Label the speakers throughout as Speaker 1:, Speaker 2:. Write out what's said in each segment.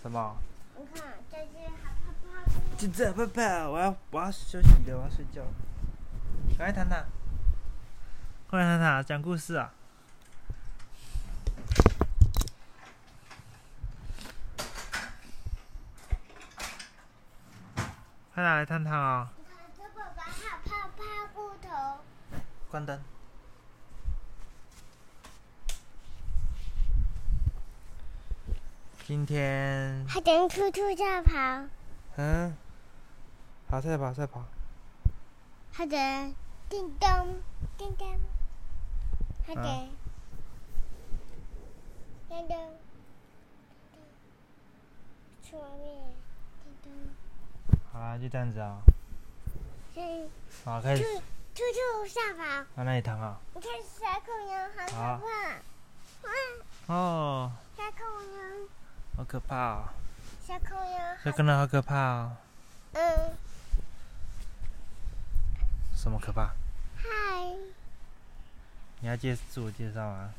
Speaker 1: 什么？
Speaker 2: 你看，这只还怕怕的。
Speaker 1: 就这不不，我要我要休息了，我要睡觉。快来谈谈，快来谈谈，讲故事啊！快点来探探啊、
Speaker 2: 你看，这爸爸还怕怕骨头。
Speaker 1: 关灯。今天，
Speaker 2: 还等兔兔在跑，
Speaker 1: 嗯，好，再跑，再跑。
Speaker 2: 还等叮咚叮咚，还等、
Speaker 1: 啊
Speaker 2: 叮咚叮咚，吃完面叮咚，
Speaker 1: 好啦，就这样子啊、
Speaker 2: 嗯，
Speaker 1: 好，开
Speaker 2: 兔
Speaker 1: 始
Speaker 2: 兔兔下跑，
Speaker 1: 往那里躺啊。
Speaker 2: 你看小恐龙好可
Speaker 1: 好
Speaker 2: 怕，哇，
Speaker 1: 哦，
Speaker 2: 小恐龙，
Speaker 1: 好可怕哦！
Speaker 2: 小恐龙
Speaker 1: 这
Speaker 2: 好，
Speaker 1: 跟人好可怕哦。
Speaker 2: 嗯，
Speaker 1: 什么可怕？
Speaker 2: 嗨，
Speaker 1: 你要介自我介绍啊？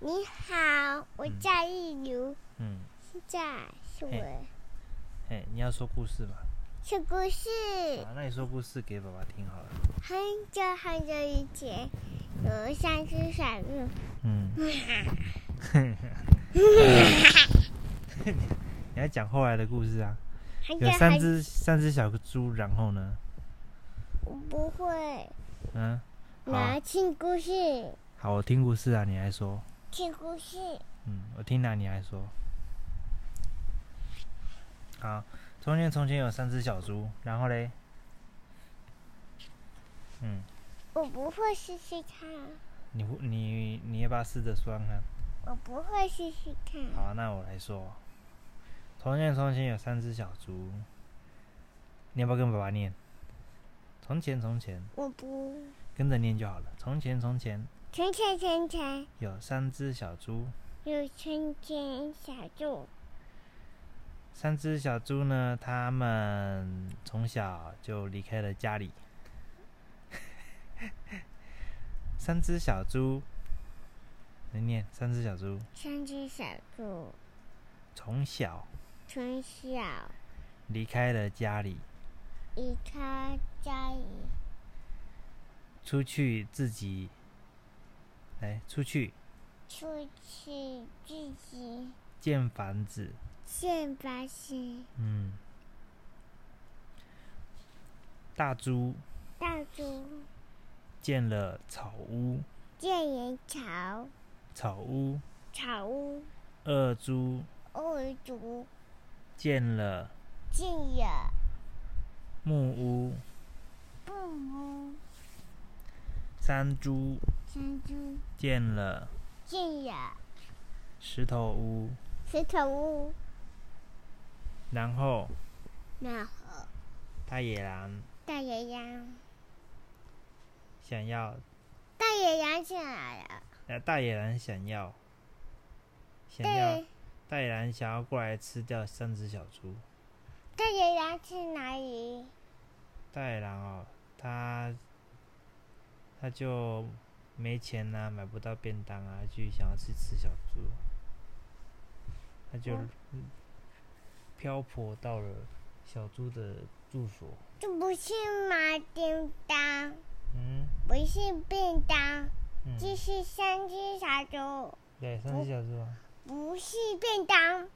Speaker 2: 你好，我
Speaker 1: 嗯
Speaker 2: 叫一如，
Speaker 1: 嗯，
Speaker 2: 现在是
Speaker 1: 嘿
Speaker 2: 我
Speaker 1: 嘿，你要说故事嘛？
Speaker 2: 说故事。
Speaker 1: 好，那你说故事给爸爸听好了。
Speaker 2: 很久很久以前，有三只小鹿，
Speaker 1: 嗯。 你要讲后来的故事啊？
Speaker 2: 很久
Speaker 1: 有三
Speaker 2: 很久
Speaker 1: 只三只小猪，然后呢？
Speaker 2: 不会。
Speaker 1: 嗯，
Speaker 2: 我
Speaker 1: 好啊
Speaker 2: 要听故事，
Speaker 1: 好，我听故事啊，你来说。
Speaker 2: 听故事。
Speaker 1: 嗯，我听了你来说。好，从前从前有三只小猪，然后嘞，嗯，
Speaker 2: 我不会试试看，
Speaker 1: 你会你你要不要试着说看看？
Speaker 2: 我不会试试看。
Speaker 1: 好，那我来说。从前从前有三只小猪，你要不要跟爸爸念？从前从前，
Speaker 2: 我不。
Speaker 1: 跟着念就好了。从前从前
Speaker 2: 从前从前
Speaker 1: 有三只小猪，
Speaker 2: 有从前小鹿，
Speaker 1: 三只小猪呢，它们从小就离开了家里。三只小猪，能念？三只小猪
Speaker 2: 三只小鹿
Speaker 1: 从小
Speaker 2: 从小
Speaker 1: 离开了家里，
Speaker 2: 离开家里，
Speaker 1: 出去自己，哎，出去
Speaker 2: 出去自己
Speaker 1: 建房子。
Speaker 2: 见发现
Speaker 1: 嗯，大猪
Speaker 2: 大猪
Speaker 1: 建了草屋，
Speaker 2: 见人潮。
Speaker 1: 草屋；
Speaker 2: 草屋
Speaker 1: 二猪
Speaker 2: 二足
Speaker 1: 建了
Speaker 2: 进也
Speaker 1: 木屋，
Speaker 2: 不屋
Speaker 1: 三猪
Speaker 2: 山猪
Speaker 1: 建了
Speaker 2: 进也
Speaker 1: 石头屋，
Speaker 2: 石头屋，
Speaker 1: 然后
Speaker 2: 然后
Speaker 1: 大野狼
Speaker 2: 大野羊，
Speaker 1: 想要，
Speaker 2: 大野羊进来了，
Speaker 1: 呃，大野狼想要，想
Speaker 2: 大
Speaker 1: 要
Speaker 2: 野
Speaker 1: 大野狼想要过来吃掉三只小猪。
Speaker 2: 大野羊去哪里？
Speaker 1: 大野狼哦，他他就没钱呐、买不到便当啊，就想要去吃小猪，他就
Speaker 2: 嗯
Speaker 1: 嗯漂泊到了小猪的住所。
Speaker 2: 这不是马叮当，
Speaker 1: 嗯
Speaker 2: 不是便当，这
Speaker 1: 嗯，
Speaker 2: 是三只小猪，
Speaker 1: 对，三只小猪啊，
Speaker 2: 不是便当，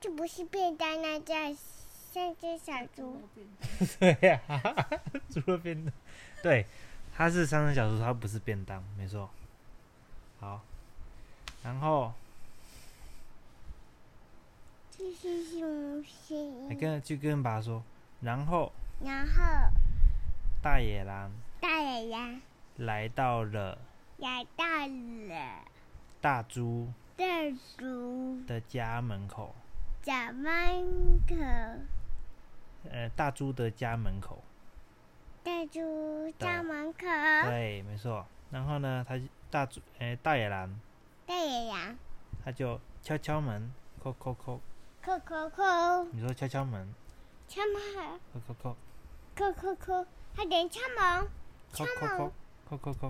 Speaker 2: 这不是便当，那叫三只小猪，
Speaker 1: 对呀、 猪肉便当，对，它是三只小猪，它不是便当，没错。好，然后
Speaker 2: 这是什么声
Speaker 1: 你
Speaker 2: 音？
Speaker 1: 跟就跟爸爸说，然后
Speaker 2: 然后
Speaker 1: 大野狼
Speaker 2: 大野羊。
Speaker 1: 来到了。
Speaker 2: 来到了
Speaker 1: 大猪
Speaker 2: 这猪
Speaker 1: 的家门口，
Speaker 2: 小门口，
Speaker 1: 呃，大猪的家门口，
Speaker 2: 这猪家门口，
Speaker 1: 对，没错。然后呢，他就大猪，哎、大野狼，
Speaker 2: 大野羊，
Speaker 1: 他就敲敲门，叩叩叩。
Speaker 2: 扣扣扣，
Speaker 1: 你说敲敲门，
Speaker 2: 敲门，
Speaker 1: 叩叩叩，
Speaker 2: 扣扣扣，快点敲门，敲
Speaker 1: 叩叩
Speaker 2: 门
Speaker 1: 叩，叩叩叩，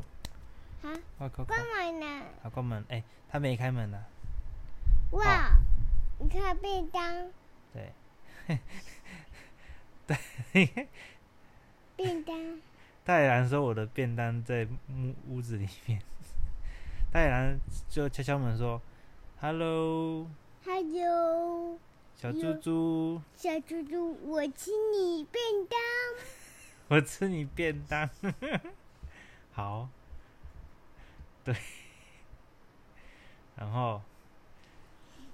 Speaker 2: 啊，
Speaker 1: 叩叩啊
Speaker 2: 关
Speaker 1: 叩。
Speaker 2: 门了，
Speaker 1: 啊他关门，哎、他没开门呐、
Speaker 2: 哇，你看便当，
Speaker 1: 对，
Speaker 2: 便当，
Speaker 1: 戴然说我的便当在屋屋子里面， 戴然就敲敲门说：“Hello，
Speaker 2: 还有
Speaker 1: 小
Speaker 2: 你
Speaker 1: 猪
Speaker 2: 有
Speaker 1: 猪，
Speaker 2: 小猪猪，我请你便当。
Speaker 1: 我吃你便当。”好，对，然后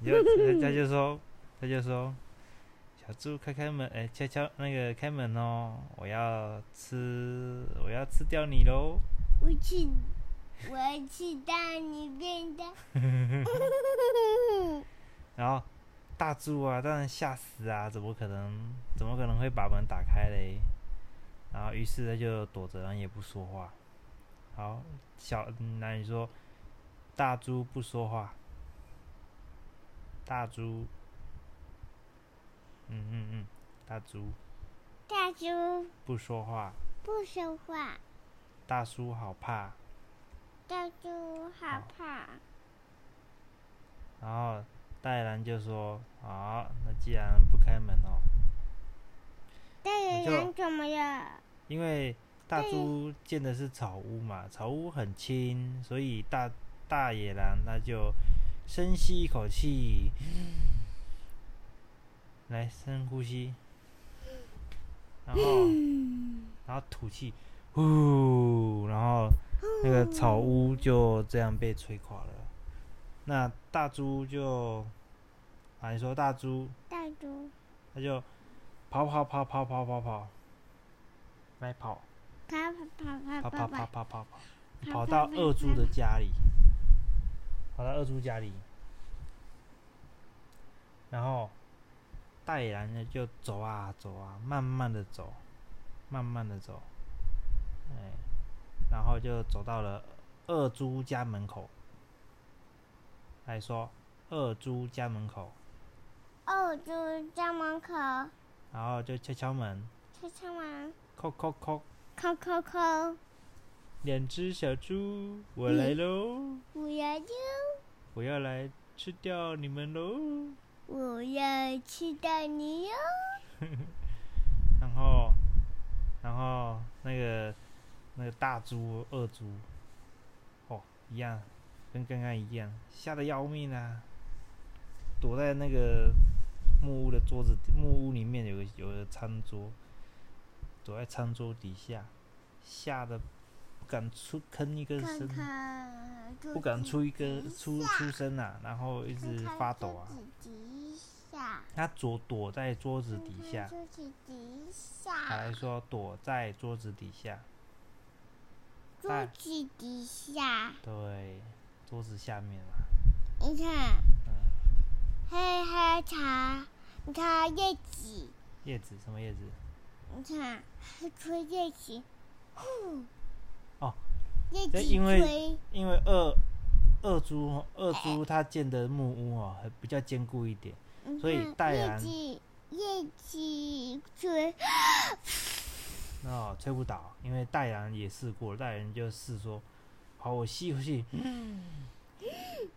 Speaker 1: 你就他他就说他就说小猪开开门，哎、敲敲那个开门哦，我要吃我要吃掉你喽。
Speaker 2: 我去，我要去大你便 当。
Speaker 1: 然后大猪啊，当然吓死啊，怎么可能？怎么可能会把门打开嘞？然后于是他就躲着，然后也不说话。好，小男女说，大猪不说话。大猪，嗯嗯嗯，大猪
Speaker 2: 大猪
Speaker 1: 不说话，
Speaker 2: 不说话，
Speaker 1: 大叔好怕。
Speaker 2: 大猪好
Speaker 1: 啊
Speaker 2: 怕。
Speaker 1: 然后戴兰就说：“好，那既然不开门哦，
Speaker 2: 大野
Speaker 1: 我
Speaker 2: 狼怎么了？
Speaker 1: 因为大
Speaker 2: 对
Speaker 1: 猪建的是草屋嘛，草屋很轻，所以大大野狼那就深吸一口气，来深呼吸，然后然后吐气，呼，然后那个草屋就这样被吹垮了。那大猪就啊，你说大猪
Speaker 2: 大猪
Speaker 1: 他就跑跑跑跑跑跑跑，来跑。”
Speaker 2: 跑跑跑跑
Speaker 1: 跑
Speaker 2: 跑
Speaker 1: 跑跑
Speaker 2: 跑，
Speaker 1: 跑跑跑，
Speaker 2: 啪啪
Speaker 1: 跑到
Speaker 2: 啪
Speaker 1: 二猪
Speaker 2: 啪
Speaker 1: 的家里，跑到二猪家里，然后大野狼呢就走啊走啊，慢慢的走，慢慢的走，哎，然后就走到了二猪家门口，来说二猪家门口，
Speaker 2: 二猪家门口，
Speaker 1: 然后就敲敲门，
Speaker 2: 敲敲门，
Speaker 1: 叩叩叩，
Speaker 2: 叩叩叩，
Speaker 1: 两只小猪，我
Speaker 2: 嗯
Speaker 1: 来喽。
Speaker 2: 我要丢，
Speaker 1: 我要来吃掉你们喽！
Speaker 2: 我要吃到你哟。
Speaker 1: 然后，然后那个那个大猪、二猪，哦，一样，跟刚刚一样，吓得要命啊！躲在那个木屋的桌子，木屋里面有个有个餐桌，躲在餐桌底下，吓得不敢出吭一个
Speaker 2: 看
Speaker 1: 声，
Speaker 2: 看，
Speaker 1: 不敢出一个
Speaker 2: 自己
Speaker 1: 出出声啊，然后一直发抖啊。。
Speaker 2: 底下，
Speaker 1: 他躲躲在桌子底下，
Speaker 2: 自己底
Speaker 1: 他
Speaker 2: 下
Speaker 1: 还，说躲在桌子底下，
Speaker 2: 自己底下，
Speaker 1: 对，桌子下面嘛，
Speaker 2: 你看
Speaker 1: 嗯，
Speaker 2: 黑黑茶，你看叶子，
Speaker 1: 叶子什么叶子？
Speaker 2: 你看还吹叶子，呼，
Speaker 1: 哦，
Speaker 2: 叶
Speaker 1: 这
Speaker 2: 子
Speaker 1: 因为
Speaker 2: 吹，
Speaker 1: 因为二二猪哦二猪它建的木屋哦，还比较坚固一点，
Speaker 2: 你
Speaker 1: 所以
Speaker 2: 看
Speaker 1: 戴
Speaker 2: 叶
Speaker 1: 然
Speaker 2: 子叶子吹，
Speaker 1: 哦，吹不倒，因为戴然也试过，戴然就试说，好，我吸回去，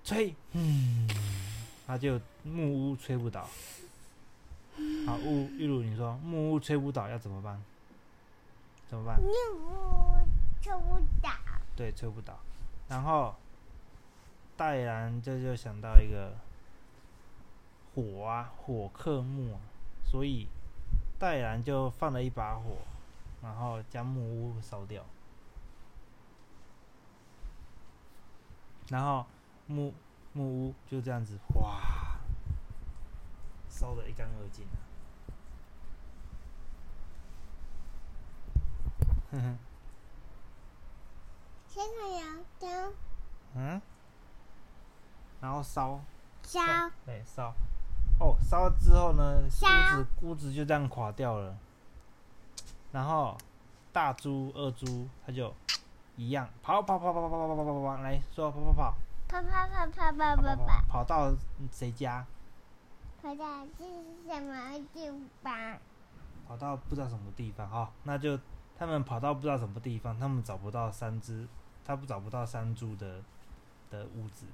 Speaker 1: 吹，嗯，他就木屋吹不倒。好，雾玉露，你说木屋吹不倒要怎么办？怎么办？
Speaker 2: 你不吹不打，
Speaker 1: 对，吹不倒。然后戴然这就想到一个火啊，火克木、啊，所以戴然就放了一把火，然后将木屋烧掉。然后木木屋就这样子，哇，烧得一干二净啊！哼 哼，
Speaker 2: 先看阳灯
Speaker 1: 嗯，然后烧，
Speaker 2: 烧。
Speaker 1: 对，烧。哦，烧了之后呢，屋
Speaker 2: 烧
Speaker 1: 子屋子就这样垮掉了。然后大猪、二猪，它就一样跑跑跑跑跑跑跑跑跑跑，来说跑跑跑
Speaker 2: 啪啪啪啪啪
Speaker 1: 跑跑
Speaker 2: 啪
Speaker 1: 跑
Speaker 2: 啪，，
Speaker 1: 跑到谁家？
Speaker 2: 跑到这是什么地方？
Speaker 1: 跑到不知道什么地方哦，那就他们跑到不知道什么地方，他们找不到三只，他不找不到三猪的的屋子，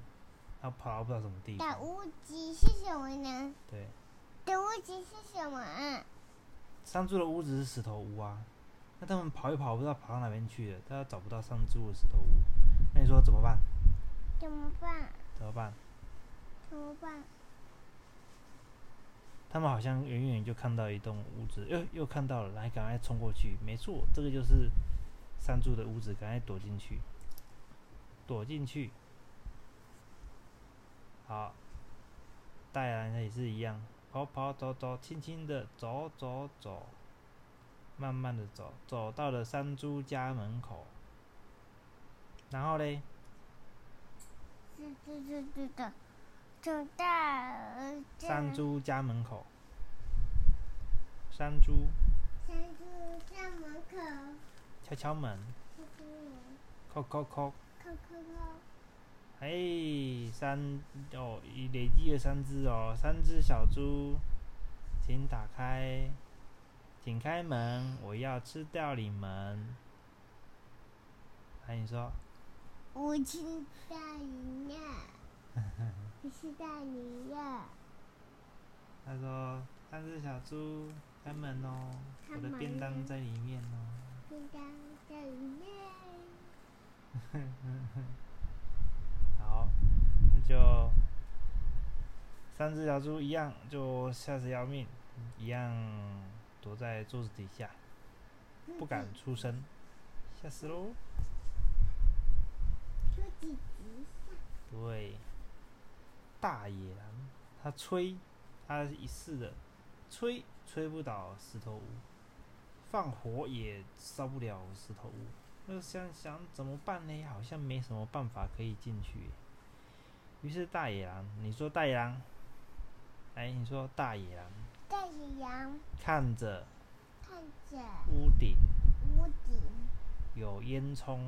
Speaker 1: 它跑到不知道什么地
Speaker 2: 打
Speaker 1: 方。
Speaker 2: 乌鸡是什么呢？
Speaker 1: 对，
Speaker 2: 打乌鸡是什么啊？
Speaker 1: 山猪的屋子是石头屋啊，那他们跑一跑，不知道跑到哪边去了，大家找不到山猪的石头屋，那你说怎么办？
Speaker 2: 怎么办？
Speaker 1: 怎么办？
Speaker 2: 怎么办？
Speaker 1: 他们好像远远就看到一栋屋子，又又看到了，来赶快冲过去。没错，这个就是山猪的屋子，赶快躲进去，躲进去。好，戴然也是一样，跑跑走走，轻轻的走走走，慢慢的走，走到了山猪家门口。然后嘞，
Speaker 2: 是是是是的，长大了。
Speaker 1: 山猪家门口，山猪
Speaker 2: 山猪在门口，
Speaker 1: 敲敲门，
Speaker 2: 哭哭
Speaker 1: 叩叩
Speaker 2: 哭
Speaker 1: 叩。
Speaker 2: 哭哭。
Speaker 1: 哦嘿，三哦，已累积了三只哦，三只小猪，请打开，请开门，我要吃掉你们。哎，你说
Speaker 2: 我是大鱼呀，我是大鱼呀，
Speaker 1: 他说三只小猪开门哦，
Speaker 2: 开
Speaker 1: 我
Speaker 2: 门
Speaker 1: 的便当在里面哦。
Speaker 2: 便当在里面。
Speaker 1: 好，那就三只小猪一样，就吓死要命，一样躲在桌子底下。不敢出声，吓死喽！
Speaker 2: 说几集？
Speaker 1: 对，大野狼，它吹，它一试的，吹吹不倒石头屋，放火也烧不了石头屋。那想想怎么办呢？好像没什么办法可以进去。于是大野狼，你说大野狼，哎，你说大野狼，
Speaker 2: 大野羊
Speaker 1: 看着
Speaker 2: 看着
Speaker 1: 屋顶
Speaker 2: 屋顶
Speaker 1: 有烟囱，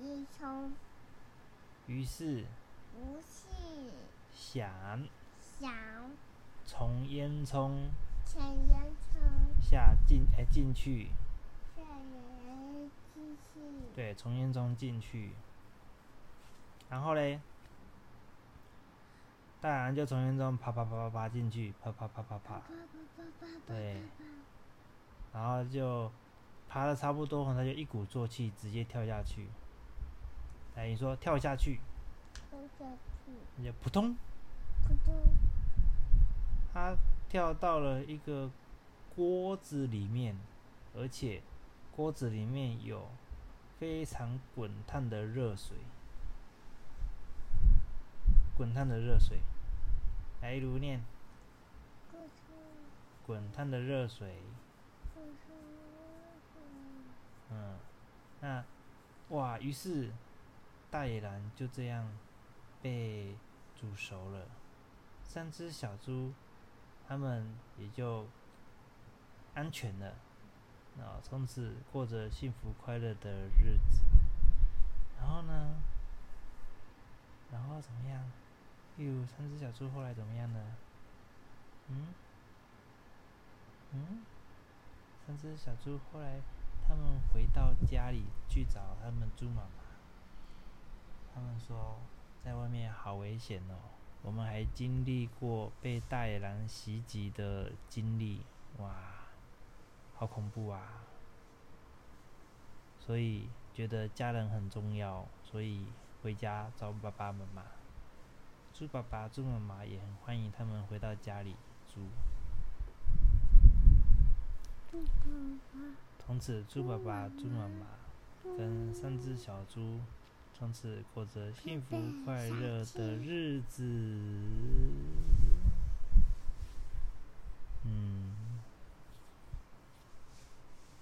Speaker 2: 有一丛，
Speaker 1: 于是
Speaker 2: 不是
Speaker 1: 想
Speaker 2: 想
Speaker 1: 从烟囱
Speaker 2: 前人从
Speaker 1: 下进哎进去，
Speaker 2: 这人进去，
Speaker 1: 对，从烟囱进去。然后嘞，大然就从烟囱爬爬爬爬爬进去，爬爬爬爬爬
Speaker 2: 啪，啪啪啪啪
Speaker 1: 对
Speaker 2: 啪
Speaker 1: 然后就爬的差不多后，他就一鼓作气直接跳下去。哎，你说跳下去，
Speaker 2: 都下去，
Speaker 1: 你就扑通，
Speaker 2: 咕咚，
Speaker 1: 他跳到了一个锅子里面，而且锅子里面有非常滚烫的热水，滚烫的热水，来一如念，
Speaker 2: 咕咚，
Speaker 1: 滚烫的热水，
Speaker 2: 咕咚，
Speaker 1: 嗯，那哇，于是大野狼就这样被煮熟了，三只小猪它们也就安全了，啊，从此过着幸福快乐的日子。然后呢，然后怎么样？例如三只小猪后来怎么样呢？嗯，嗯，三只小猪后来他们回到家里去找他们猪妈妈，他们说在外面好危险哦，我们还经历过被大野狼袭击的经历，哇，好恐怖啊！所以觉得家人很重要，所以回家找爸爸妈妈。猪爸爸、猪妈妈也很欢迎他们回到家里住。
Speaker 2: 咕咚，
Speaker 1: 从此，猪爸爸、猪妈妈跟三只小猪从此过着幸福快乐的日子。嗯，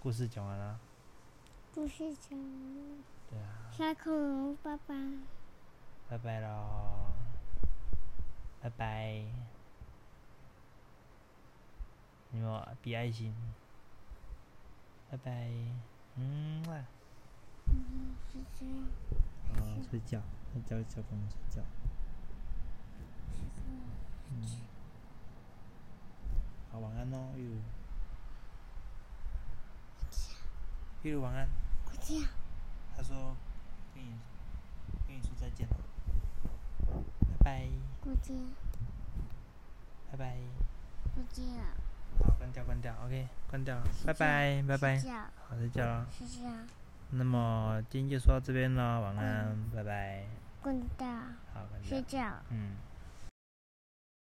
Speaker 1: 故事讲完了。
Speaker 2: 不是讲完了
Speaker 1: 对啊，
Speaker 2: 小恐龙爸爸，
Speaker 1: 拜拜喽，拜拜。你们比爱心，拜拜，嗯啊。
Speaker 2: 嗯，是这样，
Speaker 1: 啊，睡觉，在教小朋友睡觉。嗯，好，晚安哦，玉如。玉如晚安，
Speaker 2: 我这样，
Speaker 1: 他说跟你跟你说再见了，拜拜。
Speaker 2: 见，
Speaker 1: 拜拜。
Speaker 2: 不见了，
Speaker 1: 好，关掉，关掉，OK，关掉了，拜拜，拜拜
Speaker 2: 睡，觉，
Speaker 1: 好，再见了。
Speaker 2: 睡觉，
Speaker 1: 那么今天就说到这边了，晚安，拜拜。
Speaker 2: 滚蛋，
Speaker 1: 好，关掉
Speaker 2: 睡，觉。
Speaker 1: 嗯。